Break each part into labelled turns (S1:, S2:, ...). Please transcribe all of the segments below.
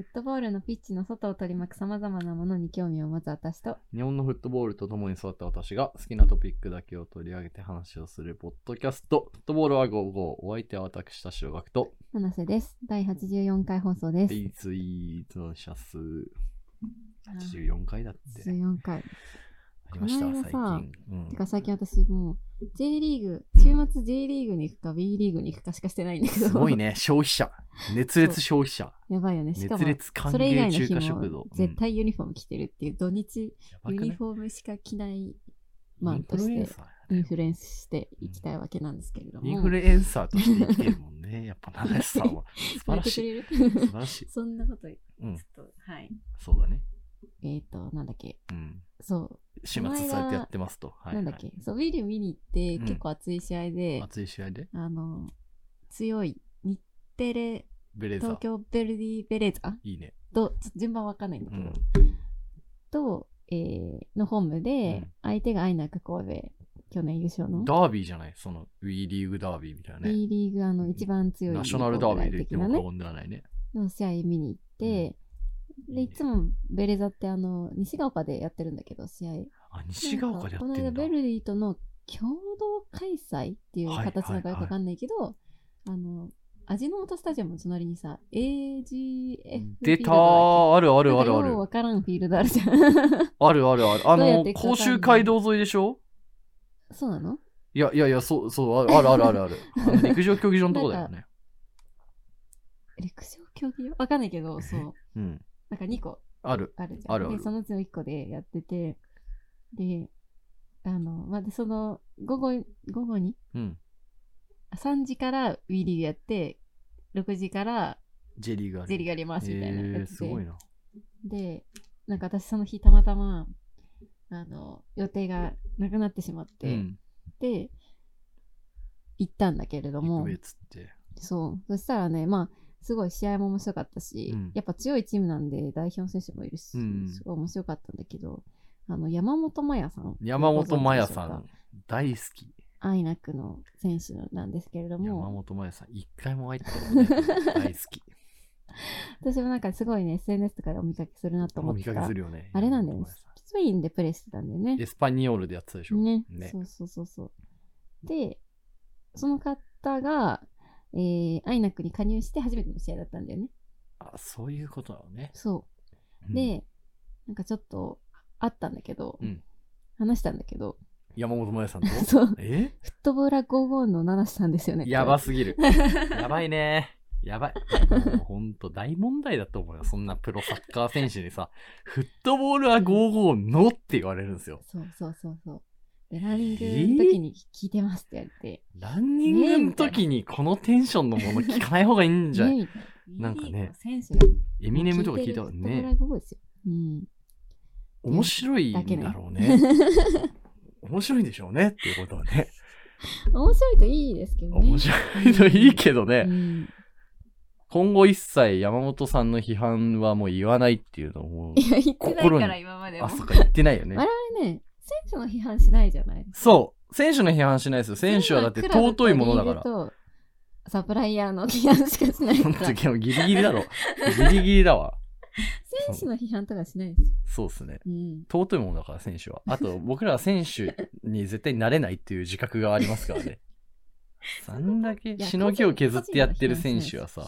S1: ットボールのピッチの外を取り巻くさまざまなものに興味を持つ私と
S2: 日本のフットボールと共に育った私が好きなトピックだけを取り上げて話をするポッドキャスト、フットボールは55、お相手は私、田代学と、
S1: 七瀬です第84回放送です
S2: ペイツイートシャス。84回だって。
S1: 84回
S2: ありました
S1: この、間さ
S2: 最近。うん
S1: てか最近私もう J リーグ
S2: うん
S1: 週末 J リーグに行くか B リーグに行くかしかしてないんだけど
S2: すごいね、消費者。熱烈消費者。
S1: やばいよねしか
S2: 熱
S1: も
S2: 烈歓
S1: それ以外
S2: 迎
S1: の
S2: 中華
S1: 日
S2: 食
S1: も
S2: 堂。
S1: 絶対ユニフォーム着てるっていう土日
S2: うん
S1: ユ
S2: やばく
S1: ニ
S2: ね
S1: フォームしか着ないマ
S2: イ
S1: ン
S2: ン
S1: と
S2: フ
S1: し
S2: ルエン
S1: て
S2: サー
S1: イ
S2: や
S1: ン
S2: ね
S1: フルエンスしていきたいわけなんですけれども
S2: インフルエンサーとして生きてるもんね。やっぱ、長瀬さんは。素晴らしい。
S1: 言ってくれる。
S2: 素晴らしい
S1: そんなことち
S2: う
S1: ょっ
S2: ん、
S1: とはい
S2: そうだね。
S1: えっとなんだっけ
S2: うん。
S1: そ
S2: 週末そうやってやってますと。
S1: う、
S2: はい、
S1: なんだっけ、そう、ウィリー見に行って、
S2: うん
S1: 結構熱い試合で、
S2: 熱い試合で
S1: あの、強い日テレ
S2: ベレーザ
S1: 東京ベルディベレーザ
S2: いいね。
S1: と、ちょっと順番わかんないんだ
S2: う
S1: けど、
S2: ん。
S1: と、えーのホームで、
S2: うん
S1: 相手がアイナック神戸、去年優勝の、
S2: ダービーじゃないその、ウィーリーグダービーみたいなね。
S1: B リーグあの一番強い、
S2: ナショナルダービーで言っ
S1: 的
S2: て
S1: な
S2: も
S1: ね、
S2: 過言ではないね。
S1: の試合見に行って、
S2: うん
S1: で、いつもベレーザってあの、西ヶ丘でやってるんだけど、試合。
S2: あ、西ヶ丘でやってんだ。
S1: なんかこの間ベルディとの共同開催っていう形なのかよくわかんないけど、あの味の素スタジアムの隣にさ AGF
S2: 出た
S1: あ
S2: ーあるあるあるあ
S1: よう
S2: る
S1: わ。からんフィールドあるじゃん
S2: あるあるある。あ
S1: どうやっ
S2: の
S1: て、行くかわか
S2: 甲
S1: んない
S2: 州街道沿いでしょ
S1: そうなの
S2: いやいやいや、そう、そう、あるあるある ある。あの陸上競技場のとこだよね。
S1: 陸上競技場わかんないけどそう
S2: うん。
S1: なんか2個
S2: ある。
S1: あるじゃん
S2: あるある
S1: でそのうちの1個でやっててであのまあ、でその午後午後に
S2: うん。
S1: あ3時からウィリーグやって6時から
S2: ジェリーがある。
S1: ゼリーがありますみたいな
S2: え
S1: や
S2: ー、
S1: つ
S2: す
S1: で、
S2: ごいな。
S1: で、なんか私その日たまたま、あの、予定がなくなってしまって、
S2: うん。
S1: で、行ったんだけれど
S2: 行
S1: も
S2: くべ、っつって。
S1: そう。そしたらね、まあ、すごい試合も面白かったし、
S2: うん
S1: やっぱ強いチームなんで代表の選手もいるし、
S2: うん
S1: すごい面白かったんだけど、あの、山本麻也さん。
S2: 山本麻也さ
S1: ご存知でしょ
S2: ん、大好
S1: う
S2: き。
S1: か。アイナックの選手なんですけれど
S2: 山
S1: も、
S2: 本麻也さん、一回も会ったことない。大好き。
S1: 私もなんかすごいね、SNS とかでお見かけする なと思
S2: お
S1: っ
S2: 見
S1: てた
S2: かけするよね。
S1: あれなんだよ
S2: 山
S1: ね
S2: 本麻也さ。
S1: スペインでプレーしてたんだよね
S2: ん。エスパニオールでやってたでしょ。
S1: ね
S2: ね
S1: そうそうそうそう。で、その方が、えー、アイナックに加入して初めての試合だったんだよね。
S2: あ、そういうことなのね。
S1: そうう。
S2: ん、
S1: で、なんかちょっと、あったんだけど、
S2: うん
S1: 話したんだけど、
S2: 山本麻也さんと
S1: そう、
S2: え
S1: フットボーラー55の七瀬さんですよね。
S2: やばす ぎる。やばいね。やばい。もうほんと大問題だと思うよ。そんなプロサッカー選手にさ、フットボールは55のって言われるんですよ。
S1: そうそうそうそう。で、ランニングの時に聞いてますって言われて、
S2: ランニングの時にこのテンションのもの聞かない方がいいんじゃない
S1: ねみたい
S2: なんかね
S1: ウィリーグの選手が
S2: エミネムとか聞いたこと
S1: フットボーラー。55
S2: ね
S1: ですよ。うん。
S2: 面白い
S1: だけ
S2: ん
S1: ね
S2: だろうね。 面白いんでしょうねっていうことはね。
S1: 面白いといいですけどね。
S2: 面白いのいいけどね。
S1: うん
S2: 今後一切山本さんの批判はもう言わないっていうのをもう
S1: いや、言ってない
S2: 心
S1: から
S2: に
S1: 今までも。
S2: あ、そっか言ってないよね
S1: あ。れね、選手の批判しないじゃない。
S2: そう。選手の批判しないですよ。選手はだって尊いものだか
S1: ク。ラブ
S2: ら
S1: とリーグとサプライヤーの批判しかしないか
S2: 本
S1: ら。
S2: 当
S1: 選
S2: にもうギリギリだろ。ギリギリだわ。
S1: 手の批判とかしないですよ。
S2: そうですね。
S1: うん。
S2: 尊いものだから、選手は。あと、僕らは選手に絶対なれないっていう自覚がありますから ね。あんだけしのぎを削ってやってる選手はさ、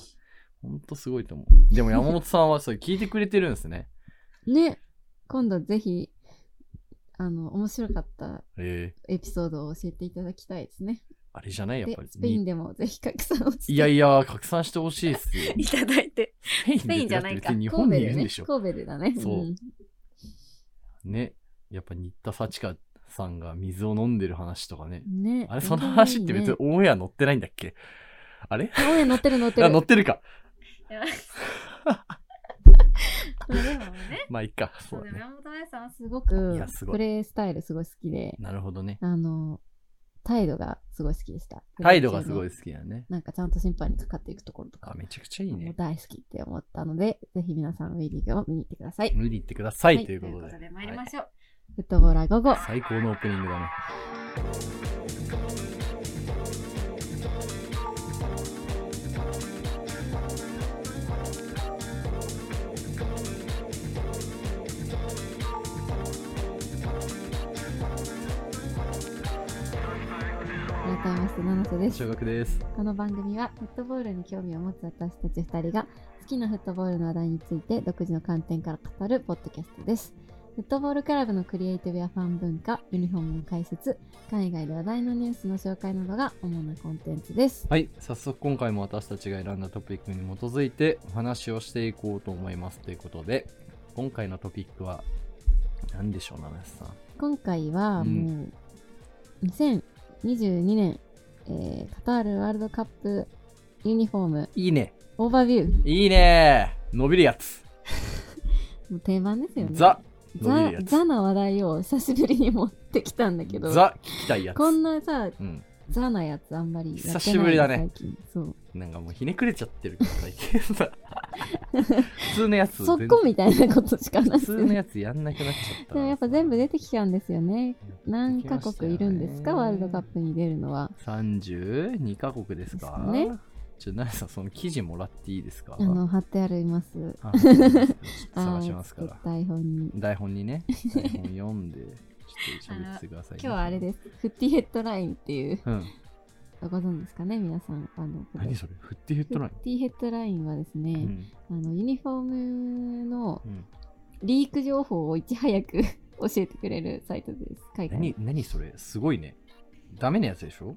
S2: ほんとすごいと思 う。でも山本さんはそれ聞いてくれてるんですね。
S1: ね、今度ぜひ、あの、面白かった
S2: ええ
S1: エピソードを教えていただきたいですね。
S2: あれじゃないやっ
S1: で
S2: ぱり。
S1: スペインでもぜひ拡散をして
S2: いやいや、拡散してほしいっすよ。
S1: いただいて。
S2: ス
S1: スペインじゃないか。
S2: 日
S1: 神
S2: 本
S1: 戸
S2: にいる
S1: で
S2: んで
S1: ね。
S2: しょ。
S1: 神戸でだね。
S2: そうんね。やっぱ新田幸香さんが水を飲んでる話とかね。
S1: ね。
S2: あれ、その話って別に
S1: ね。
S2: オンエア載ってないんだっ け あれ
S1: オンエア乗ってる乗ってる。
S2: あ載ってるか。
S1: やばいまあでもね。
S2: まあ、いいか。
S1: そ
S2: そうう
S1: で
S2: だ
S1: も
S2: ね。
S1: 山本彩さんはすご
S2: い
S1: く
S2: やすごい
S1: プレイスタイルすごい好きで、
S2: なるほどね。
S1: あの、態度がすごい好きでした。
S2: 態度がすごい
S1: す。
S2: 好きだね。
S1: なんかちゃんと審判にかかっていくところと
S2: あ
S1: か、
S2: めちゃくちゃいい
S1: もう
S2: ね。
S1: 大好きって思ったので、ぜひ皆さんウィリーグを見に行ってください。
S2: 無理言ってください、
S1: はい
S2: ということで。
S1: 参りまし
S2: ょ
S1: ょう。フットボーラー午後
S2: う。最高のオープニングだね。
S1: 改めまして、七瀬です。
S2: 小学です。
S1: この番組はフットボールに興味を持つ私たち2人が好きなフットボールの話題について独自の観点から語るポッドキャストです。フットボールクラブのクリエイティブやファン文化、ユニフォームの解説、海外で話題のニュースの紹介などが主なコンテンツです。
S2: はい、早速今回も私たちが選んだトピックに基づいてお話をしていこうと思いますということで、今回のトピックは何でしょう、七瀬さん。
S1: 今回は
S2: うん
S1: もう2022年、えーカタールワールドカップユニフォーム
S2: いいね。
S1: オーバービュー
S2: いいね伸びるやつ。
S1: もう定番ですよね。
S2: ザ伸び
S1: ザ
S2: るやつ。
S1: ザな話題を久しぶりに持ってきたんだけど。
S2: ザ聞きたいやつ。
S1: こんなさ、
S2: うん。
S1: ザなやつあんまりやってない
S2: 久しぶりだね
S1: 最近そう
S2: なんかもうひねくれちゃってるから最近 さ。普通のやつ。
S1: そこみたいなことしかなくて
S2: 普通のやつやんなくなっちゃった
S1: で
S2: な。
S1: もやっぱ全部出てきちゃうんですよね何カ国いるんですか、ワールドカッ
S2: プ
S1: プに出るのは
S2: 32カ国ですか
S1: ですね
S2: ちょ、なさん、その記事もらっていいですか
S1: あの貼ってあります
S2: あそうですねちょっと
S1: あ
S2: 探し
S1: ー
S2: ます
S1: 作
S2: か
S1: っ
S2: ら。
S1: た台本に
S2: 台本にね、台本読んで、ちょっと喋ってください、
S1: 今日はあれ
S2: す。
S1: ですフッティヘッドラインっていう
S2: うん。
S1: ご存知ですかね皆さんあのフッ
S2: 何それ振って言っとない。
S1: ティヘッドラインはです
S2: う
S1: ね、
S2: ん。
S1: あのユニフォームの
S2: うん
S1: リーク情報をいち早く 教えてくれるサイトです海外の
S2: 何、何それすごいね。ダメなやつでしょ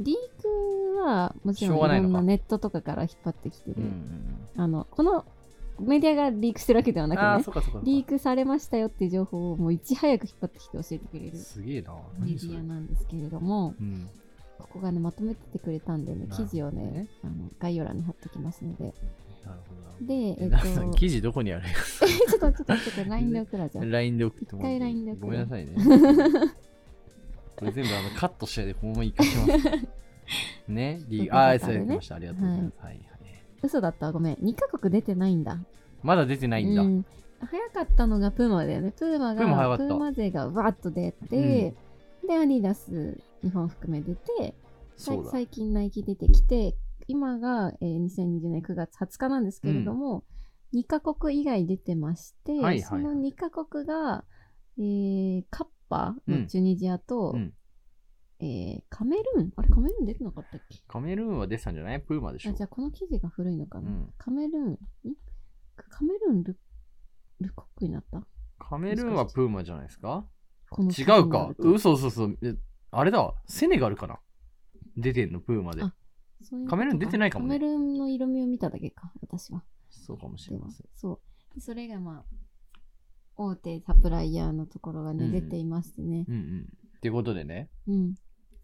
S1: リークはもちろ
S2: しょうが
S1: ん
S2: ないい
S1: ろ
S2: の
S1: ん
S2: か
S1: なネットとかから引っ張ってきてる、
S2: うんうん
S1: あのこのメディアがリークしてるわけでは
S2: うん。
S1: な
S2: あ
S1: く
S2: あー、
S1: ね
S2: そうかそうかそうか。
S1: リークされましたよっていう情報をもういち早く引っ張ってきて教えてくれる
S2: すげえな。
S1: メデ
S2: 何それ
S1: ィアなんですけれども
S2: うん。
S1: ここがねまとめててくれたんでね
S2: なるほ
S1: 記
S2: どね
S1: 事をねあの概要欄に貼ってきますの で
S2: なるほどな。
S1: でえっと
S2: なさん、記事どこにある
S1: えちょっとちょっとちょっと LINE で送らじゃん
S2: LINE で送ってもらって
S1: 一回 LINE で送る
S2: ごめんなさいね これ全部あのカットしてでこのまま生かし ますね
S1: そう
S2: リ
S1: いうこと
S2: ああ
S1: ね
S2: そうやってましたありがとうございます、はいはい
S1: 嘘だったわごめん2カ国出てないんだ
S2: まだ出てないんだ、
S1: うん早かったのがプーマだよねプーマが
S2: プーマ早かった
S1: プーマ勢がわーっと出て、でアニダス日本含め出てさい
S2: そうだ
S1: 最近ナイキ出てきて今が、えー2020年9月20日なんですけれども、2カ国以外出てまして、
S2: いはいはい
S1: その2カ国が、えーカッパ
S2: う
S1: の
S2: ん
S1: チュニジアと、
S2: うん
S1: えーカメルーンあれカメルーン出てなかったっけ
S2: カメルーンは出てたんじゃないプーマでしょ
S1: あじゃあこの記事が古いのか
S2: う
S1: な、
S2: ん、
S1: カメルーンんカメルーンルルコックになった
S2: カメルーンはプーマじゃないですか
S1: この
S2: 違
S1: カード
S2: う
S1: が
S2: か
S1: あると
S2: 嘘嘘嘘えあれだわセネガルかな出てんのプーマで
S1: あそういうこと
S2: カメルーン出てないかもね
S1: カメルーンの色味を見ただけか、私は。
S2: そうかもし
S1: で
S2: れ
S1: も
S2: ません
S1: そう。でそれがまあ、大手サプライヤーのところがね、
S2: うん
S1: 出ていましてね。
S2: うんうんってことでね
S1: うん。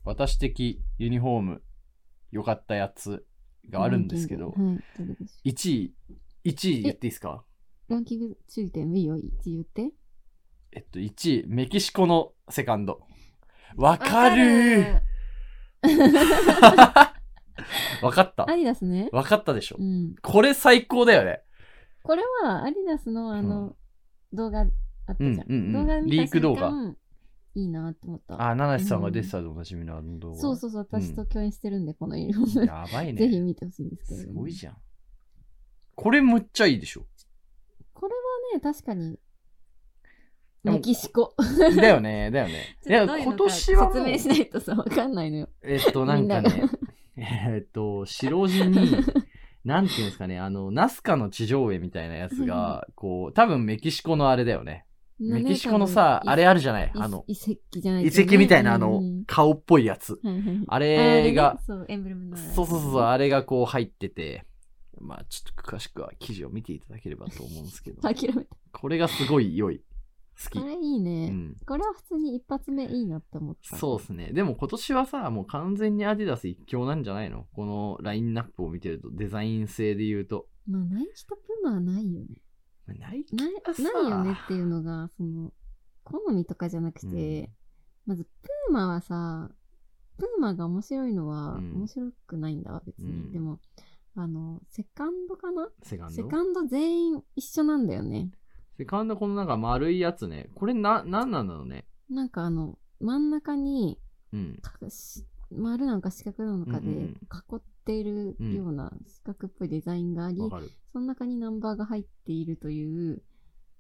S2: 私的ユニフォーム良かったやつがあるんですけど、
S1: ランキングはい、どれでしょ
S2: 1位、1位言っていいですか
S1: う。ランキング注意点、いいよ、一言って。
S2: えっと、1位、メキシコのセカンド。わかるーわかった
S1: ア。ディダスね。
S2: わかったでしょ
S1: う。ん。
S2: これ最高だよね。
S1: これは、アディダスのあの、動画あったじゃん。
S2: うんうんうん
S1: 動画見た
S2: リーク動画
S1: 瞬間いいなって思った。
S2: あ、七瀬さんが出てたでおなじみのあの動画。
S1: そうそうそう、私と共演してるんで、このユニフォーム。
S2: やば い
S1: ぜひ
S2: ね。
S1: 見てほしいんですけれど
S2: す
S1: も。
S2: ごいじゃん。これむっちゃいい でしょ。
S1: これはね、確かに、
S2: でも
S1: メキシコ。
S2: だよね、だよね。いや、今年はも
S1: 説
S2: う
S1: 明しないとさ、わかんないのよ。
S2: えっと、なんか
S1: みん
S2: ね、 えっと、白地に、 なんていうんですかね、あの、ナスカの地上絵みたいなやつが、こう、多分メキシコのあれだよね。メキシコのさ、あれあるじゃないあの、
S1: 遺跡じゃない
S2: 遺
S1: けどね
S2: 跡みたいなあ
S1: う
S2: の
S1: ん、
S2: 顔っぽいやつ。
S1: はいはいはい
S2: あ
S1: あ
S2: れ
S1: ね
S2: が、
S1: そう、エンブレムの。
S2: そうそうそう、あれがこう入ってて、まあちょっと詳しくは記事を見ていただければと思うんですけど、
S1: 諦めた。
S2: これがすごい良い。好き
S1: こ。れいいうね。
S2: ん。
S1: これは普通に一発目いいなって思った。
S2: そうですね。でも今年はさ、もう完全にアディダス一強なんじゃないのこのラインナップを見てると、デザイン性で言うと。
S1: まあ、ナイキとプーマはないよね。
S2: ない
S1: ない
S2: あそう
S1: ないよねっていうのが、その、好みとかじゃなくて、まず、プーマはさ、プーマが面白いのは、
S2: うん
S1: 面白くないんだわ、別に。
S2: うん
S1: でも、あの、セカンドかな
S2: セカン
S1: セ
S2: ド
S1: カンド全員一緒なんだよね。
S2: セカンドこのなんか丸いやつね。これな、なんなんだろうね。
S1: なんかあの、真ん中に、
S2: うん。
S1: かし丸なんか四角なのかで、
S2: うんうんうん
S1: 囲っているような四角っぽいデザインがあり、
S2: わかる。
S1: その中にナンバーが入っているという、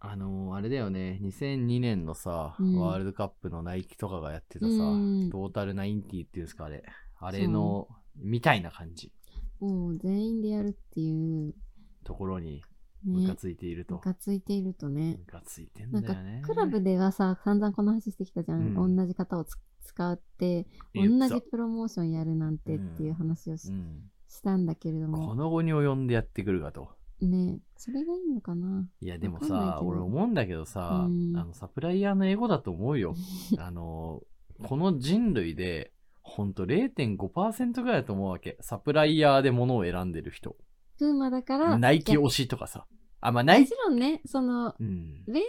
S2: あのーあれだよね、2002年のさ、
S1: うん
S2: ワールドカップのナイキとかがやってたさ、
S1: うん
S2: トータル90っていうんですか、あれ。あれの、みたいな感じ、
S1: もう全員でやるっていう、
S2: ところに、ム
S1: ね
S2: カ、ついていると。
S1: ムカついているとね
S2: ム、カついてんだ
S1: なん
S2: よ
S1: か
S2: ね。
S1: クラブではさ、散々この話してきたじゃん。
S2: うん
S1: 同じ方をつ使って、同
S2: 言ってた
S1: じプロモーションやるなんてっていう話をし,、
S2: うん。
S1: たんだけれど
S2: こ
S1: も、
S2: の後に及んでやってくるかと。
S1: ね、それがいいのかな。
S2: いや、でも
S1: わかんない
S2: さ、
S1: けど
S2: 俺思うんだけどさ、
S1: うん
S2: あの、サプライヤーのエゴだと思うよ。あの、この人類で、ほんと0.5%ぐらいだと思うわけ。サプライヤーで物を選んでる人。
S1: プーマだから、
S2: ナイキ
S1: を。
S2: 推しとかさ。あ、まあ、ナイ
S1: も
S2: キ
S1: ち、ろんね、その、
S2: うん。
S1: で、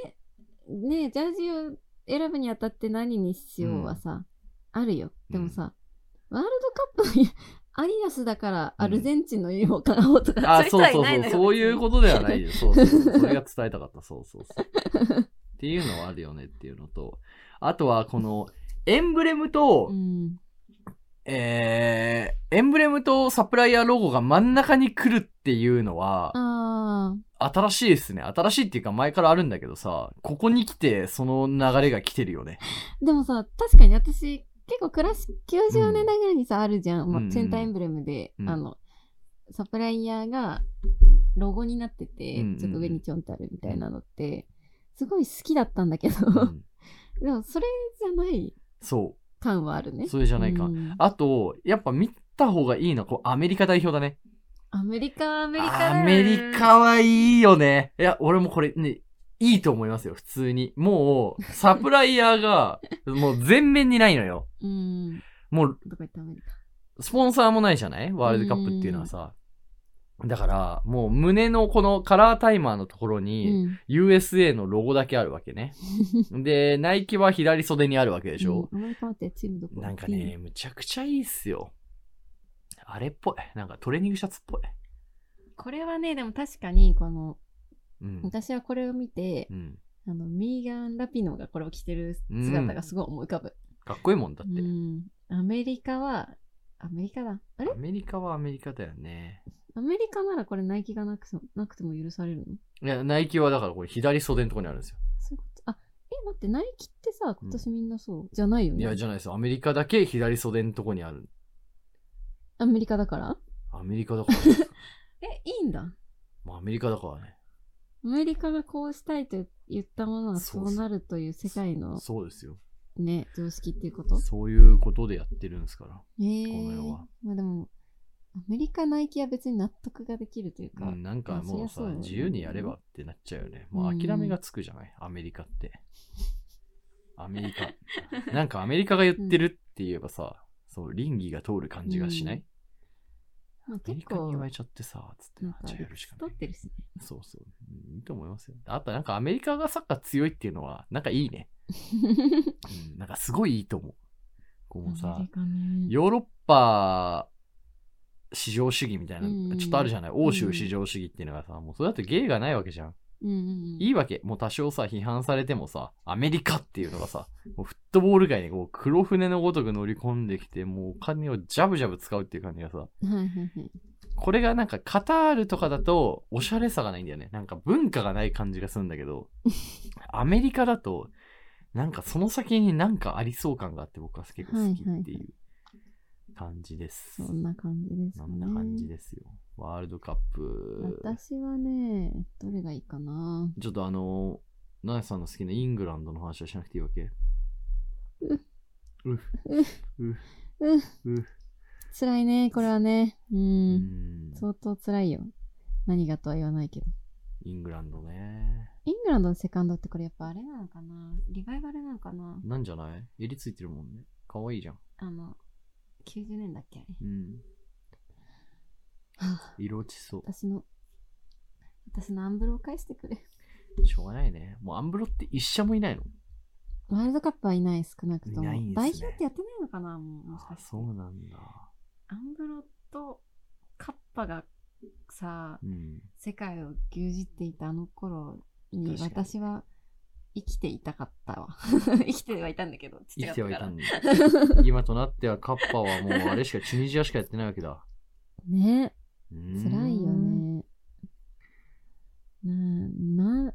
S1: ね、ジャージを選ぶにあたって何にしようはさ、あるよ。でもさ、ワールドカップに アディダスだからアルゼンチンのユニフォーム買おうとか、
S2: あ、
S1: そ
S2: そうう
S1: いう人
S2: そう
S1: はい
S2: そ
S1: な
S2: う、
S1: い
S2: そういうことではな いよ。そうそうそう。それが伝えたかった。そうそうそう。っていうのはあるよねっていうのと、あとはこの、エンブレムと、
S1: うん。
S2: えー、エンブレムとサプライヤーロゴが真ん中に来るっていうのは、
S1: ああ、
S2: 新しいですね。新しいっていうか前からあるんだけどさ、ここに来てその流れが来て るよね。
S1: でもさ、確かに私、結構クラシック90年代ぐらいにさ、あるじゃん。まあ
S2: うんうん
S1: センターエンブレムで、
S2: うん
S1: あの、サプライヤーがロゴになってて、
S2: うんうんうん
S1: ちょっと上にちょんってあるみたいなのって、すごい好きだったんだけど、
S2: うん
S1: でもそれじゃない
S2: そ
S1: 感はあるね。
S2: う。それじゃないか。
S1: うん
S2: あと、やっぱ見た方がいいのは、こう、アメリカ代表だね。
S1: アメリカ、アメリカだよ
S2: ア
S1: ね。
S2: メリカはいいよね。いや、俺もこれね、いいと思いますよ、普通に。もう、サプライヤーが、 もう全面にないのよ。
S1: うん。
S2: もう、
S1: どこ行ったアメリカ。
S2: スポンサーもないじゃないワールドカップっていうのはさ。だから、もう胸のこのカラータイマーのところに、
S1: うん。
S2: USA のロゴだけあるわ けね。で、ナイキは左袖にあるわけでしょ。
S1: うんアメリカ待って、チームどこ
S2: なんかね、むちゃくちゃいいっすよ。あれっぽい。なんかトレーニングシャツっぽい。
S1: これはね、でも確かに、この、
S2: うん。
S1: 私はこれを見て
S2: う、ん、
S1: あの、ミーガン・ラピノがこれを着てる姿がすごい思い浮かぶ。
S2: かっこいいもんだ
S1: う
S2: って。
S1: ん。アメリカは、アメリカだ。あれ
S2: アメリカはアメリカだよね。
S1: アメリカならこれナイキがなくてもなくても許されるの
S2: いや、ナイキはだからこれ左袖のとこにあるんですよ。
S1: そういうこと。あ、え、待って、ナイキってさ、今年みんなそう、じゃないよ
S2: い
S1: ね。
S2: や、じゃないですよ。アメリカだけ左袖のとこにある。
S1: アメリカだから
S2: アメリカだから ね。
S1: え、いいんだ。
S2: まあ、アメリカだからね。
S1: アメリカがこうしたいと言ったものは
S2: そ
S1: そう
S2: そう
S1: うなるという世界の
S2: そうですよ。
S1: ね、常識っていうこと。
S2: そういうことでやってるんですから。
S1: ええ
S2: この世は
S1: まあでも、アメリカナイキは別に納得ができるというか、
S2: うん、なんか
S1: まあそり
S2: も
S1: ゃ
S2: うさ
S1: そうだよね
S2: 自由にやればってなっちゃうよね。もう諦めがつくじゃない、アメリカって。ア メリカ。なんかアメリカが言ってるって言えばさ、そう、倫理が通る感じがしない、
S1: うんまあ、
S2: アメリ
S1: 結
S2: カに
S1: 構
S2: 言、われちゃってさ、つって、
S1: なん
S2: あ
S1: か
S2: じゃあ
S1: 理
S2: やるし
S1: 屈
S2: か
S1: 取
S2: ない
S1: っ。てるしね。
S2: そうそう、うんいいと思いますよ。あとなんかアメリカがサッカー強いっていうのは、なんかいいね。うん、なんかすごいいいと思う。こうもう
S1: ア
S2: さ
S1: メリ、カね
S2: ヨーロッパ市場主義みたいな、
S1: うん
S2: ちょっとあるじゃない欧州市場主義っていうのがさ、もうそれだと芸がないわけじゃん。
S1: うんうんうん、
S2: いいわけ。もう多少さ、批判されてもさ、アメリカっていうのがさ、もうフットボール界にこう黒船のごとく乗り込んできて、もうお金をジャブジャブ使うっていう感じがさ、
S1: はいはいはい。
S2: これがなんかカタールとかだとおしゃれさがないんだよね。なんか文化がない感じがするんだけど、アメリカだと、なんかその先になんかありそう感があって僕は結構好きっていう感じです。
S1: そんな感じです
S2: そ
S1: か
S2: ん
S1: ね。
S2: な感じですよ。ワールドカップ。
S1: 私はね、どれがいいかな。
S2: ちょっとあの、ナエさんの好きなイングランドの話はしなくていいわけ
S1: う
S2: う
S1: うん、
S2: う
S1: 辛いね、これはね。う、
S2: うんん
S1: 相当辛いよ。何がとは言わないけど。
S2: イングランドね。
S1: イングランドのセカンドってこれやっぱあれなのかなリバイバルなのかな
S2: なんじゃない襟ついてるもんね。かわいいじゃん。
S1: あの、90年だっけあれ
S2: うん。
S1: はあ
S2: 色落ちそ
S1: 私の、私のアンブロを返してくれ。
S2: う。しょうがないね。もうアンブロって一社もいないの。
S1: ワールドカップはいない、少なくとも。
S2: いないんです
S1: 代
S2: ね
S1: 表ってやってないのかなもう、もしか
S2: あ、
S1: して。
S2: そうなんだ。
S1: アンブロとカッパがさ、
S2: うん。
S1: 世界を牛耳っていたあの頃に
S2: 確かに
S1: 私は生きていたかったわ。 生きてはいたんだけど、ちっち
S2: 生
S1: ゃ
S2: き
S1: かっ
S2: てはい
S1: た
S2: た
S1: から
S2: んだ。 今となってはカッパはもうあれしか、チュニジアしかやってないわけだ。
S1: ねえ、
S2: うーん
S1: 辛いよ。ね。な、な、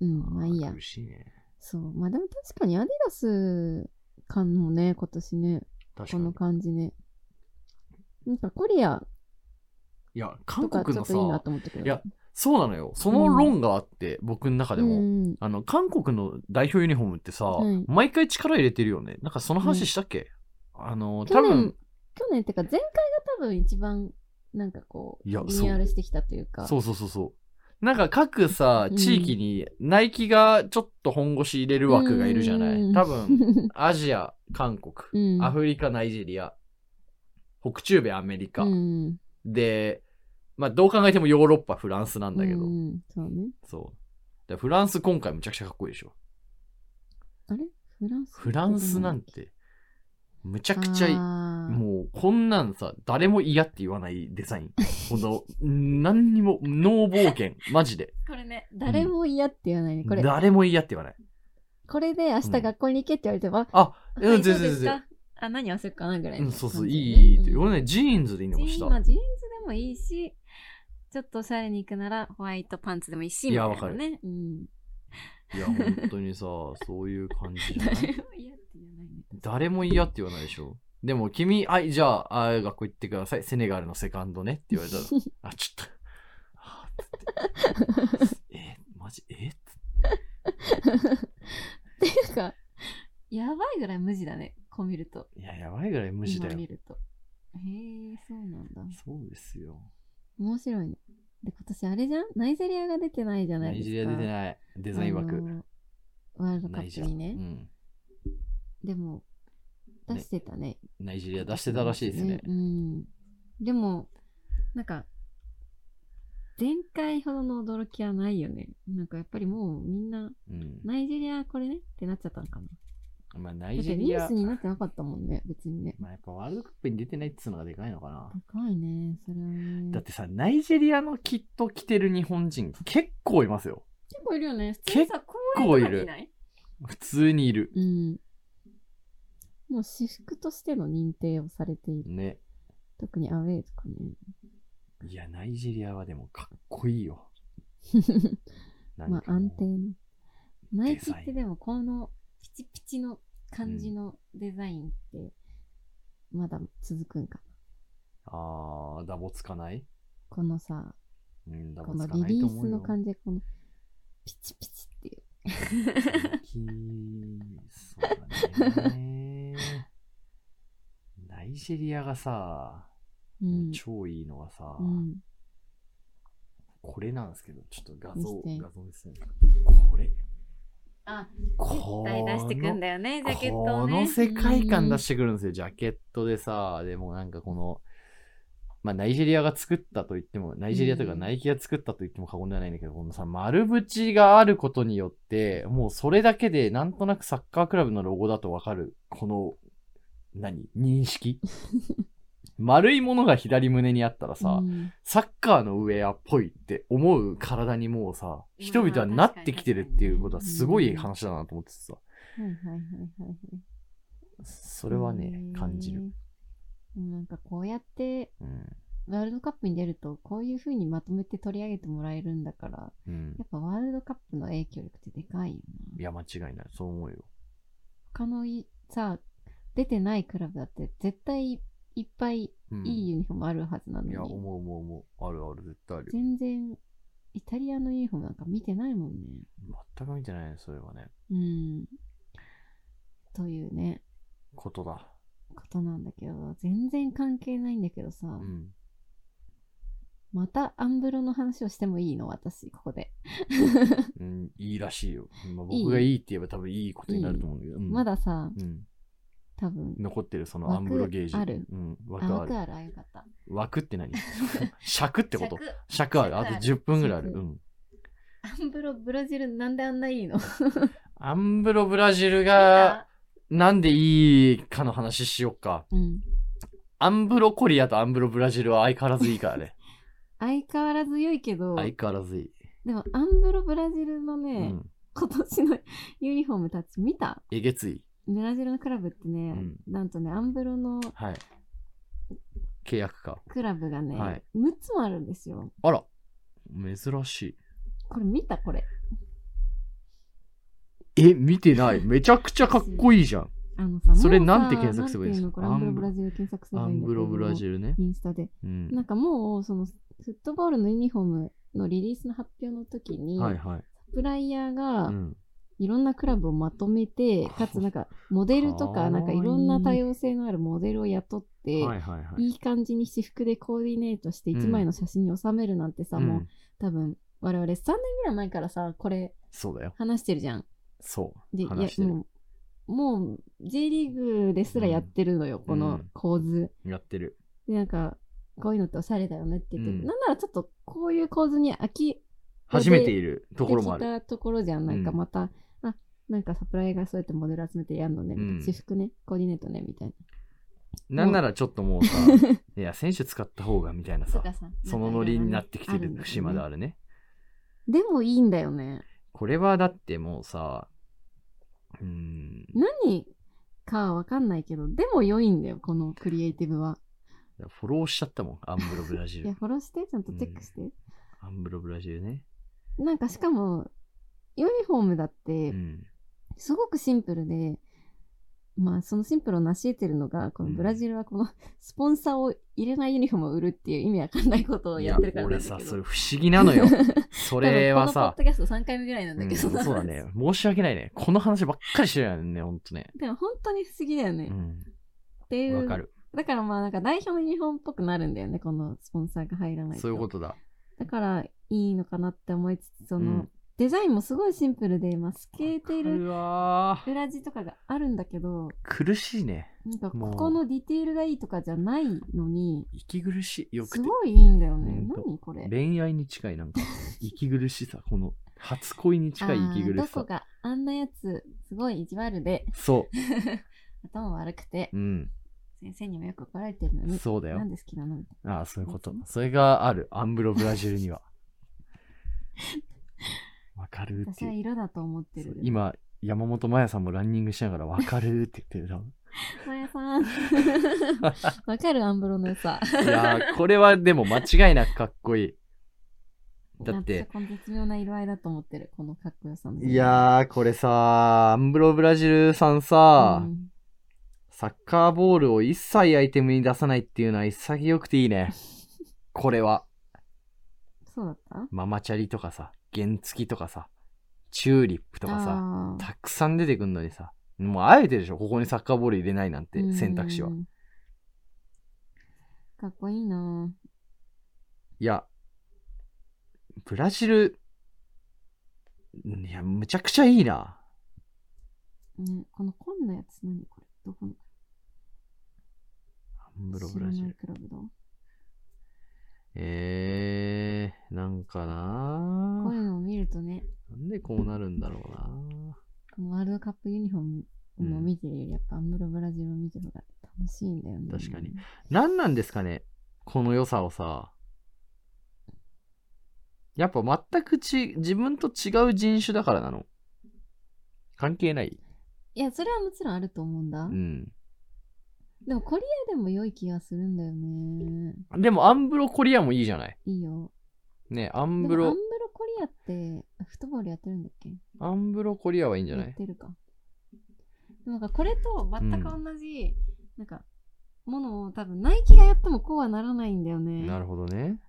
S1: うん、まあいいや
S2: 苦。しいね。
S1: そう。まあでも確かにアディダス感もね、今年ね、
S2: 確か
S1: この
S2: に。
S1: 感じね。なんかコリア
S2: いや、韓
S1: とか
S2: 国
S1: ちょ
S2: の
S1: っといいな
S2: さ、
S1: と思ったけど。
S2: いやそうなのよ。その論があって、僕の中で
S1: う
S2: も。
S1: んうん
S2: あの、韓国の代表ユニフォームってさ、
S1: はい
S2: 毎回力入れてるよね。なんかその話したっけ、あの、
S1: 去
S2: 多
S1: 年
S2: 分、、
S1: 去年ってか前回が多分一番なんかこう、
S2: い
S1: リ
S2: や
S1: ニューアルしてきたというか。
S2: そうそうそうそう。なんか各さ
S1: う、ん
S2: 地域にナイキがちょっと本腰入れる枠がいるじゃな
S1: うん
S2: い。多分、 アジア、韓国、
S1: うん
S2: アフリカ、ナイジェリア、北中米、アメリカ。
S1: うん、
S2: で、まあどう考えてもヨーロッパ、フランスなんだけど。
S1: うんそうね。
S2: そう。でフランス今回むちゃくちゃかっこいいでしょ。
S1: あれフランス
S2: フランスなんて、むちゃくちゃいい。
S1: ゃも
S2: もう、こんなんさ、誰も嫌って言わないデ ザイン。ほんと、何にも、ノー冒険。マジで。
S1: これね、誰も嫌って言わないね。これ、
S2: 誰も嫌って言わない。
S1: これで明日
S2: うん
S1: 学校に行けって言われても、あ
S2: あ、
S1: は
S2: う
S1: い
S2: ん、全然
S1: そうです
S2: 全然
S1: か。あ、何をするかなぐらいの感
S2: うん、
S1: じだ
S2: そう
S1: ね。
S2: そう、いい、いいって。
S1: うん
S2: 俺ね、ジーンズでいいの
S1: ジ
S2: も
S1: ー
S2: し
S1: ン
S2: た。
S1: まあジーンズでもいいし、ちょっとおしゃれに行くならホワイトパンツでもいいし、
S2: いや
S1: みたなね。うん。
S2: いや、本当にさ、そういう感じじゃな
S1: 誰
S2: い
S1: も嫌って言わないね。
S2: 誰も嫌って言わないでしょ。でも、君、はい、じゃあ、あ学校行ってください。セネガルのセカンドねって言 われたら、あ、ちょっと、あーつって。 え、マジ、え
S1: っていうか、やばいぐらい無地だね、こう見ると。
S2: いや、やばいぐらい無視だ
S1: 今
S2: よ
S1: 見。ると。へえ、そうなんだ。
S2: そうですよ。
S1: 面白いね。で、今年あれじゃんナイジェリアが出てないじゃな
S2: ナ
S1: いで
S2: イ
S1: す
S2: ジ
S1: か。
S2: ェリア出てない。デザイン枠。
S1: あのワールドカ
S2: ナイ
S1: ッ
S2: ジ
S1: プ
S2: ェリ
S1: に
S2: ア
S1: ね。
S2: うん。
S1: でも、出してたね。
S2: ナイジェリア出してたらしいですね。
S1: うん。でも、なんか、前回ほどの驚きはないよね。なんかやっぱりもうみんな、
S2: うん。
S1: ナイジェリアこれねってなっちゃったのかな。
S2: まあ、ナ
S1: だ
S2: イ
S1: っ
S2: ジ
S1: て
S2: ェ
S1: ニ
S2: リ
S1: ュ
S2: ア
S1: ース。になってなかったもんね、別にね。
S2: まあ、やっぱワールドカップに出てないっつうのがでかいのかな。
S1: 高いね、それはね。
S2: だってさ、ナイジェリアのキット着てる日本人結構いますよ。
S1: 結構いるよね。普
S2: 通に
S1: さ、こ
S2: 公園とかにいな普通にいる。
S1: うん。もう私服としての認定をされている。
S2: ね。
S1: 特にアウェイとか
S2: いや、ナイジェリアはでもかっこいいよ。
S1: ね。
S2: なん
S1: ま
S2: か
S1: あ安定
S2: もう。
S1: の。ナイキ
S2: デ
S1: っ
S2: ザイン
S1: てでもこのピチピチの感じのデザインってまだ続くんかな。
S2: あー、ダボつかない
S1: このさ、
S2: うん、ダボ
S1: こ
S2: つ
S1: の
S2: かな
S1: リリ
S2: いと
S1: ー
S2: 思
S1: ス
S2: う
S1: の
S2: よ。
S1: 感じ、このピチピチっていう。
S2: そうだね。ナイジェリアがさ、
S1: う。
S2: もうん超いいのはさ、
S1: うん、
S2: これなんですけど、ちょっと画像、
S1: 見せて
S2: 画像ですね。これ。
S1: あ、
S2: この、
S1: だよね
S2: この世界観出してくるんですよ、ジャケットでさ、でもなんかこの、まあ、ナイジェリアが作ったと言っても、ナイジェリアとか
S1: うん
S2: ナイキが作ったと言っても過言ではないんだけど、このさ、丸縁があることによって、もうそれだけでなんとなくサッカークラブのロゴだとわかる、この、何 認識丸いものが左胸にあったらさ、
S1: うん
S2: サッカーのウェアっぽいって思う体にもうさ、人々はなってきてるっていうことはすごい話だなと思っててさ、
S1: はいはいはいはいはい。
S2: それはね、感じる。
S1: へー。なんかこうやって
S2: うん。
S1: ワールドカップに出るとこういう風にまとめて取り上げてもらえるんだから
S2: うん
S1: や。っぱワールドカップの影響力ってでかいよ
S2: い
S1: な。
S2: や、間違いない。そう思うよ。
S1: 他のいさ出てないクラブだって絶対いっぱい
S2: うん、
S1: いいユニフォームあるはずなの
S2: い
S1: に、
S2: や、思う思う思う。あるある、絶対あるよ。
S1: 全然イタリアのユニフォームなんか見てないもんね。
S2: 全く見てないね、それはね。
S1: うん。というね
S2: ことだ。
S1: ことなんだけど全然関係ないんだけどさ、
S2: うん。
S1: またアンブロの話をしてもいいの私ここで。
S2: うん、いいらしいよ。まあ、
S1: いい
S2: 僕がいいって言えば多分いいことになると思うんだけど。うん
S1: ま、ださ、
S2: うん。
S1: 多分。
S2: 残ってる、その
S1: 枠
S2: アンブロゲージ。
S1: ある
S2: うん。
S1: あ、
S2: 枠あ
S1: 枠
S2: る。
S1: ある、あ、よかった。
S2: 枠って何 尺ってこと
S1: 尺
S2: 尺ある。あと10分ぐらいある。
S1: 尺
S2: うん。
S1: アンブロ、ブラジル、なんであんないいの
S2: アンブロブラジルがなんでいいかの話しよっか。
S1: うん。
S2: アンブロコリアとアンブロブラジルは相変わらずいいから ね。
S1: 相変わらず良いけど、
S2: 相変わらずいい。
S1: でも、アンブロ、ブラジルのね、
S2: うん。
S1: 今年の ユニフォームたち見た
S2: えげつい。
S1: ブラジルのクラブってね、
S2: うん
S1: なんとね、アンブロの
S2: はい。契約か。
S1: クラブがね、
S2: はい
S1: 6つもあるんですよ。
S2: あら。珍しい。
S1: これ見たこれ。
S2: え、見て ない。めちゃくちゃかっこいいじゃん。
S1: あのさ、
S2: それ
S1: もうさ
S2: なんて検索すればいいんですか
S1: なんていうのこれアングロブラジル検索すれ
S2: ア
S1: ばいいん
S2: ン
S1: だ
S2: グロブラジ
S1: ル。
S2: ルね。
S1: インスタで。
S2: うん。
S1: なんかもう、その、フットボールのユニフォームのリリースの発表の時に、
S2: はいはい。
S1: プライヤー
S2: う
S1: が
S2: ん。
S1: いろんなクラブをまとめて、かつなんか、モデルと
S2: かわい
S1: か、な
S2: い
S1: んかいろんな多様性のあるモデルを雇って、
S2: はいはいはい。
S1: いい感じに私服でコーディネートして
S2: うん
S1: 1枚の写真に収めるなんてさ、
S2: うん
S1: もう多分我々3年ぐらい前からさこれ
S2: そうだよ。
S1: 話してるじゃん。
S2: そ
S1: で
S2: う。話して
S1: いや
S2: る。
S1: もうもう J リーグですらやってるのよ、
S2: ん
S1: この構図。
S2: やってる。
S1: でなんかこういうのっておしゃれだよねって言って、
S2: うん
S1: なんならちょっとこういう構図に飽き
S2: 初めているところもあ
S1: て
S2: る。
S1: きたところじゃんなんか
S2: うん
S1: また、あなんかサプライがそうやってモデル集めてやるのね、みたいな
S2: うん
S1: 私服ねコーディネートねみたいな。
S2: なんならちょっと もうさ、いや、選手使った方がみたいなさ
S1: と、かさ
S2: そのノリになってきて
S1: なんかいろい
S2: る
S1: ろね
S2: 節まであるね。
S1: でもいいんだよね。
S2: これはだってもうさ、うーん、
S1: 何かわかんないけど、でも良いんだよ、このクリエイティブは。
S2: フォローしちゃったもん、アンブロブラジ
S1: いや、
S2: ル。
S1: フォローして、ちゃんとチェックして。
S2: アンブロブラジルね。
S1: なんかしかも、ユニフォームだっ
S2: う
S1: て、
S2: ん。
S1: すごくシンプルで、まあ、そのシンプルを成し得てるのが、この
S2: うん
S1: ブラジルはこの スポンサーを入れないユニフォームを売るっていう意味わかんないことを
S2: い
S1: や
S2: や
S1: ってるから
S2: 俺
S1: なんだ
S2: さ
S1: けど
S2: それ不思議 なのよそ
S1: 多分
S2: れは
S1: このポ
S2: さ
S1: ッドキャスト3回目ぐらいなんだけど、
S2: うんそうだね。申し訳ないねこの話ばっかりしてるよねほんとね
S1: でも本当に不思議だよね。
S2: う
S1: っ
S2: ん
S1: てい
S2: わ
S1: う。
S2: かる
S1: だからまあなんか代表のユニフォームっぽくなるんだよね、このスポンサーが入らないと。
S2: そういうことだ
S1: だからいいのかなって思いつつその、
S2: うん
S1: デザインもすごいシンプルで、まあ、透けてる
S2: うわー
S1: 裏地とかがあるんだけど
S2: 苦しいね
S1: なんか
S2: も
S1: こ
S2: う
S1: このディテールがいいとかじゃないのに
S2: 息苦しいよ
S1: す
S2: くて
S1: ごいいいんだよね
S2: ほんと
S1: 何これ
S2: 恋愛に近いなんか息苦しさこの初恋に近い息
S1: あー
S2: 苦
S1: ど
S2: しさ
S1: こかあんなやつすごい意地悪で
S2: そ
S1: 頭悪くて
S2: ううん
S1: 先生にもよく怒られてるのに
S2: そうだよ
S1: なんで好きなのみたい
S2: ああそういうことそれがあるアンブロブラジ ルにはわかる
S1: な
S2: って
S1: 私
S2: いう
S1: は色だと思って
S2: そう
S1: る
S2: 今、山本真也さんもランニングしながら分かるって言ってる
S1: マヤさん わかるアンブロの良さ
S2: 多分いやー、これはでも間違いなくかっこいい。だ
S1: 私
S2: っ
S1: は
S2: て、
S1: この絶妙な色合いだと思ってるこのかっこよさの
S2: いやー、これさ、アンブロブラジルさんさ、
S1: うん
S2: サッカーボールを一切アイテムに出さないっていうのは潔くていいね。これは、
S1: そうだった
S2: ママチャリとかさ、原付とかさ、チューリップとかさ、
S1: あー
S2: たくさん出てくんのにさ、もうあえてでしょ、ここにサッカーボール入れないなんて
S1: うん
S2: 選択肢は。
S1: かっこいいない
S2: や、ブラジル、いや、むちゃくちゃいいな。
S1: ぁ、ね、この紺のやつ何これどこの
S2: アンブロ
S1: 知
S2: ブ
S1: ら
S2: ラジ
S1: ない
S2: ル。
S1: クラブだ
S2: えー、なんかな
S1: こういうのを見るとね
S2: なんでこうなるんだろうな
S1: このワールドカップユニフォームを見てるよりやっぱアンブロブラジルを見てる方が楽しいんだよね
S2: 確かになんなんですかねこの良さをさ。やっぱ全くち、自分と違う人種だからなの。関係ない。
S1: いやそれはもちろんあると思うんだ、
S2: うん。
S1: でもコリアでも良い気がするんだよね
S2: でもアンブロコリアもいいじゃない。
S1: いいよ
S2: ね、アン
S1: で
S2: ブ
S1: もアン
S2: ロ
S1: ブ、ロコリアってフットボールやってるんだっけ
S2: アンブロコリアはいいんじゃな
S1: やっ
S2: い
S1: てるか。なんかこれと全く同じ、なんかものを多分ナイキがやってもこうはならないんだよ
S2: な
S1: ね。
S2: るほどね。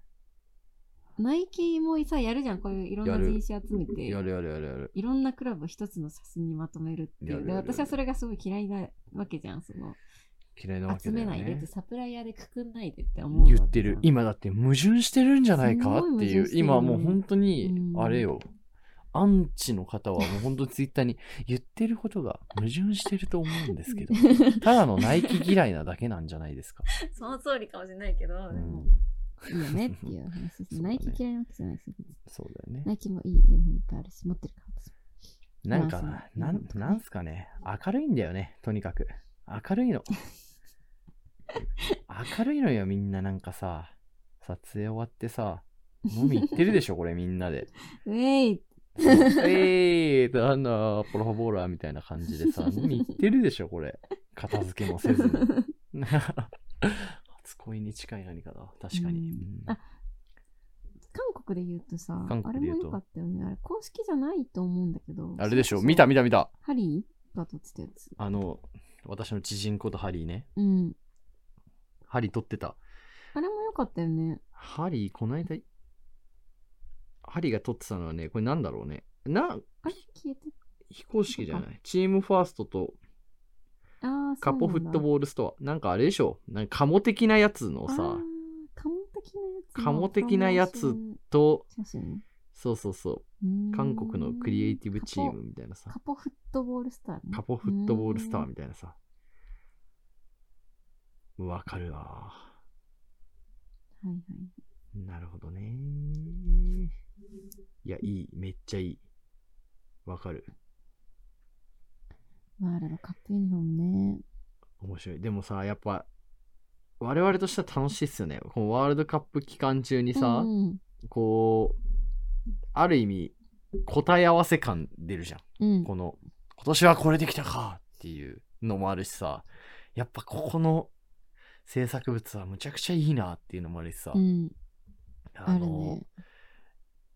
S1: ナイキもさやるじゃんこういういろんな
S2: やる
S1: 人種集めて
S2: や。るやるやるやる。
S1: いろんなクラブを一つの写真にまとめるってい
S2: や
S1: う。
S2: る
S1: で
S2: やるやる
S1: 私はそれがすごい嫌いなわけじゃん。その
S2: 嫌いなわけ
S1: 集
S2: だ
S1: め
S2: よ、
S1: ないでっ
S2: ね
S1: て。サプライヤーでくくんないでって思うわけ
S2: 言
S1: じゃん。
S2: ってる。今だって矛盾してるんじゃないか
S1: すごい
S2: っ
S1: 矛盾
S2: ていう。
S1: してるよね
S2: 今もう本当に
S1: う、ん
S2: あれよ。アンチの方はもう本当ツイッターに言ってることが矛盾してると思うんですけど、ただのナイキ嫌いなだけなんじゃないですか。
S1: その通りかもしれないけど、
S2: う
S1: でも
S2: ん、
S1: いいよねっていう話です、
S2: そうだね
S1: ナイキ嫌いなわけじゃないです。
S2: そうだよ
S1: ナ
S2: ね。
S1: イキもいいユニフォームいっぱいあるし、持ってるから私も
S2: なんか
S1: まあ、そう
S2: なん、なんすかね。明るいんだよね。とにかく。明るいの。明るいのよ、みんななんかさ。撮影終わってさ、飲み行ってるでしょ、これみんなで。
S1: ウェイ
S2: えーと、なんだ、プロフォボーラーみたいな感じでさ、飲み行ってるでしょ、これ。片付けもせずに。初恋に近い何かだ。確かに。
S1: うん
S2: うん
S1: あ韓国で言うとさ、
S2: 韓
S1: あれ
S2: 国で
S1: も
S2: 言うと
S1: 良かったよね。あれ公式じゃないと思うんだけど。
S2: あれでし
S1: それ
S2: ょ
S1: こそ
S2: 見た見た見た。
S1: ハリーが撮ってたやつ。
S2: あの、私の知人ことハリーね。
S1: うん。
S2: ハリー撮ってた。
S1: あれも良かったよね。
S2: ハリー、こないだ、ハリーが撮ってたのはね、これなんだろうね。な、
S1: あれ消えて
S2: 非公式じゃない。チームファーストと
S1: あーそうなんだ
S2: カポフットボールストア。なんかあれでしょなんかカモ的なやつの
S1: あ
S2: さ
S1: ー、カモ的なやつの。
S2: カモ的なやつと、
S1: 写真。
S2: そうそうそう
S1: ー
S2: う、
S1: ん
S2: 韓国のクリエイティブチームみたいなさ
S1: カ、ポ。カポフットボールスターね。
S2: カポフットボールスター
S1: う
S2: みたいなさ。わかるわ。
S1: ーんはいはい。
S2: なるほどね。いや、いい。めっちゃいい。わかる。
S1: ワールドカップユニフォームね。
S2: 面白い。でもさ、やっぱ、我々としては楽しいっすよね。このワールドカップ期間中にさ、
S1: うん
S2: こう、ある意味、答え合わせ感出るじゃん。
S1: うん。
S2: この、今年はこれできたかっていうのもあるしさ、やっぱここの制作物はむちゃくちゃいいなっていうのもあるしさ、
S1: うん。
S2: あ
S1: ある
S2: の、
S1: ね。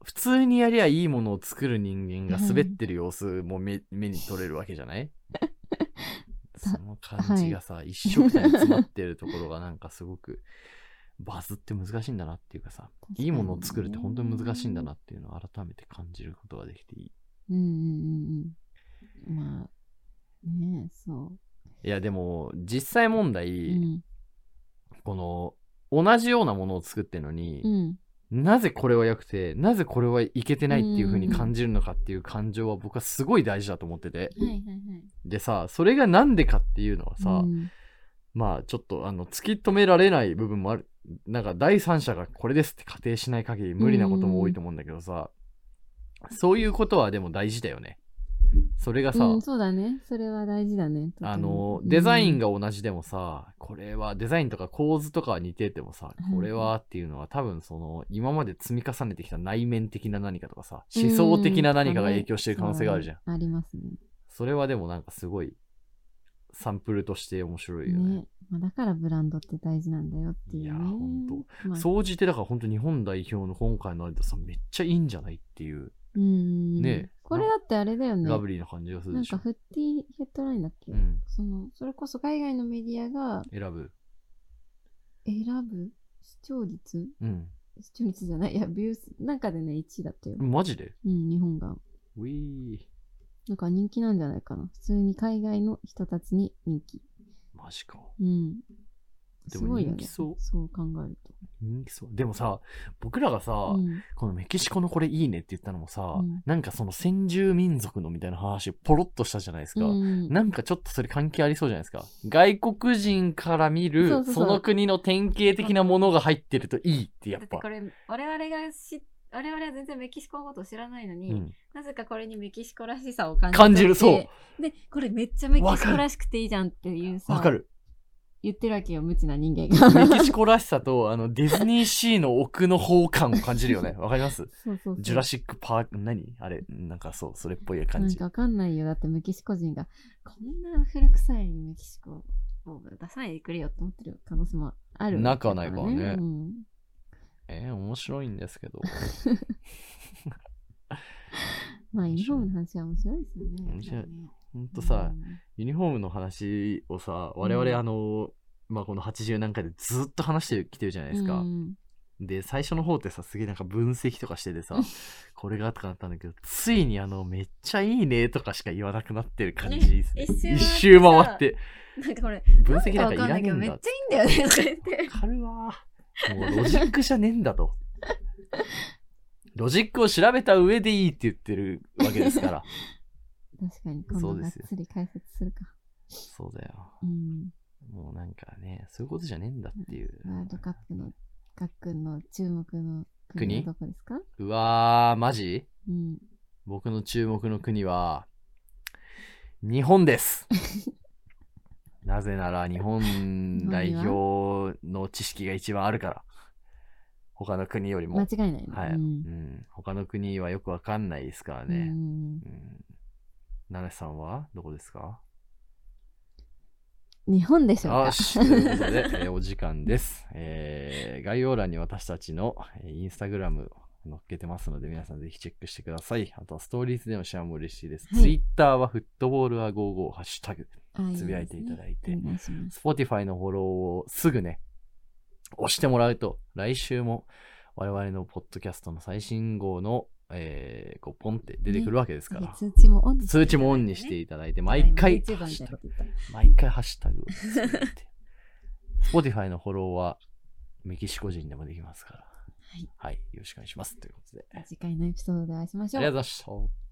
S2: 普通にやりゃいいものを作る人間が滑ってる様子も目,、目に取れるわけじゃ ないその感じがさ、一緒くたに詰まってるところがなんかすごくバズって難しいんだなっていうかさ
S1: 確かに
S2: いいものを作るって本当に難しいんだなっていうのを改めて感じることができていい
S1: うんうんうんうん。まあ、ねえ、そ
S2: いやでも実際問題、
S1: う。うん。
S2: この同じようなものを作ってるのに、
S1: うん。
S2: なぜこれは良くてなぜこれはいけてないっていう風に感じるのかっていう感情は僕はすごい大事だと思ってて、
S1: はいはいはい。
S2: でさそれがなんでかっていうのはさ、
S1: うん
S2: まあちょっとあの突き止められない部分もあるなんか第三者がこれですって仮定しない限り無理なことも多いと思うんだけどさ、そういうことはでも大事だよねそれがさ、
S1: うん、そうだね。それは大事だね。とても
S2: あのデザイン
S1: が、
S2: が同じでもさ、これはデザインとか構図とかは似ててもさ
S1: うん
S2: これはっていうのは多分その今まで積み重ねてきた内面的な何かとかさ思想的な何かが影響してる可能性があるじゃん、
S1: そうだねありますね。
S2: それはでもなんかすごいサンプルとして面白いよね
S1: ねまあ、だからブランドって大事なんだよっていう、ね。
S2: いやほんと
S1: まあ、
S2: 総じてだから本当日本代表の今回の有田さんめっちゃいいんじゃないっていう
S1: うん。
S2: ねえ
S1: これだってあれだよね。
S2: ラブリーな感じがする
S1: な
S2: で
S1: ん
S2: しょ
S1: か、。フッティヘッドラインだっけ、
S2: うん、
S1: その、それこそ海外のメディアが
S2: 選ぶ。
S1: 選ぶ視聴率
S2: うん。
S1: 視聴率じゃない、いや、ビュース、なんかでね、1位だったよ。
S2: マジで
S1: うん、日本が。
S2: ウィー。
S1: なんか人気なんじゃないかな。普通に海外の人たちに人気。
S2: マジか。
S1: うん。
S2: ですも
S1: ごいよ
S2: 人
S1: ね。
S2: 気そう
S1: そう考える
S2: 人気そう。でもさ、僕らがさ、
S1: と。うん。
S2: このメキシコのこれいいねって言ったのもさ、
S1: うん
S2: なんかその先住民族のみたいな話ポロッとしたじゃないですか。
S1: うん
S2: なんかちょっとそれ関係ありそうじゃないですか。外国人から見る、
S1: そ
S2: そう
S1: そうそう
S2: の国の典型的なものが入ってるといいってやっ
S3: だって
S2: ぱ
S3: こ。れ我々がし我々は全然メキシコのことを知らないのに、
S2: うん、
S3: なぜかこれにメキシコらしさを感じ
S2: 感じる、
S3: ちゃっ
S2: そ
S3: てでこれめっちゃメキシコらしくていいじゃんっていう
S2: う。
S3: さ
S2: わかる。
S1: 言ってるわけよ、無知な人間 が。
S2: メキシコらしさと、あの、ディズニーシーの奥の方感を感じる よね。わかります
S1: そうそうそう
S2: ジュラシックパーク、何あれ、なんかそう、それっぽい
S1: な
S2: 感
S1: ん
S2: じ
S1: か。わかんないよ。だってメキシコ人が、こんな古臭いメキシコを出さないでくれよって思ってる可能性もある、
S2: なくはないからね
S1: うん
S2: えー、面白いんですけど。
S1: まあ、日本の話は面白いですよね。
S2: 面白い
S1: やっぱりね
S2: ほんとさ
S1: う、ん
S2: ユニフォームの話をさ、我々、
S1: うん
S2: あの、まあ、この80何回でずっと話してきてるじゃないですか。
S1: うん
S2: で、最初の方ってさ、すげえなんか分析とかしててさ、これがとかなったんだけど、ついにあの、めっちゃいいねとかしか言わなくなってる感じですね。
S3: ね一
S2: 一
S3: 周
S2: 周
S3: 回
S2: 回
S3: っ
S2: ってて。
S3: なんかこれ
S2: 分析な
S3: なんんか
S2: かい
S3: わかんな
S2: ら
S3: いけ
S2: ねえ
S3: ど
S2: んだ
S3: めっちゃいいんだよねとか言って
S2: わかるわー。もうロジックじゃねえんだと。ロジックを調べた上でいいって言ってるわけですから。
S1: 確かに、今度
S2: そう
S1: が
S2: で
S1: っ
S2: すよ
S1: つり解説するか。
S2: そうだよ。
S1: うん。
S2: もうなんかね、そういうことじゃねえんだっていう。
S1: ワールドカップの、ガックンの注目の国は
S2: 国
S1: どこですか
S2: うわー、マジ
S1: うん。
S2: 僕の注目の国は、日本です。なぜなら日本代表の知識が一番あるから。他の国よりも。
S1: 間違いないね。
S2: はい、う
S1: うんん
S2: 他の国はよくわかんないですから
S1: うん
S2: ね。うん。七瀬さんはどこですか
S1: 日本でしょうか。
S2: よし。 ということで、えーお時間です。えー概要欄に私たちのえーインスタグラム、載っけてますので、皆さんぜひチェックしてください。あとはストーリーズでのシェアも嬉しいです。
S1: はい
S2: ツイッターはフットボールは55、ハッシュタグ、
S1: あ
S2: つぶやいていただいて
S1: いいですねお願いします。
S2: Spotify のフォローをすぐね、押してもらうと、来週も我々のポッドキャストの最新号の、えー、こうポンって出てくるわけですから、
S1: 通知もオンにして
S2: 通知もオンにしていただいて、毎回、
S1: 一
S2: ハ
S1: 番
S2: ッ
S1: み
S2: シ
S1: た
S2: ュ
S1: い
S2: タ
S1: なこと
S2: グ
S1: 言った。
S2: 毎回ハッシュタグをつけて。Spotify のフォローはメキシコ人でもできますから。
S1: い
S2: はい。よろしくお願いします。ということで。あり
S1: 次回のエピソードでお会いしましょ
S2: が
S1: う
S2: とうご。ざいました。